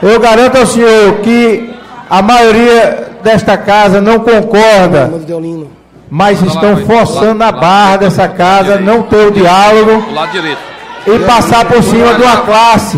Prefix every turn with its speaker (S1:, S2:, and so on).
S1: Eu garanto ao senhor que a maioria desta casa não concorda,
S2: Mano Deolino.
S1: mas
S3: Lá,
S1: estão
S3: lá,
S1: forçando
S3: lá,
S1: a barra
S3: lá,
S1: dessa
S3: lá,
S1: casa,
S3: direito.
S1: não ter o diálogo
S3: Lado direito.
S1: e passar por cima de uma classe.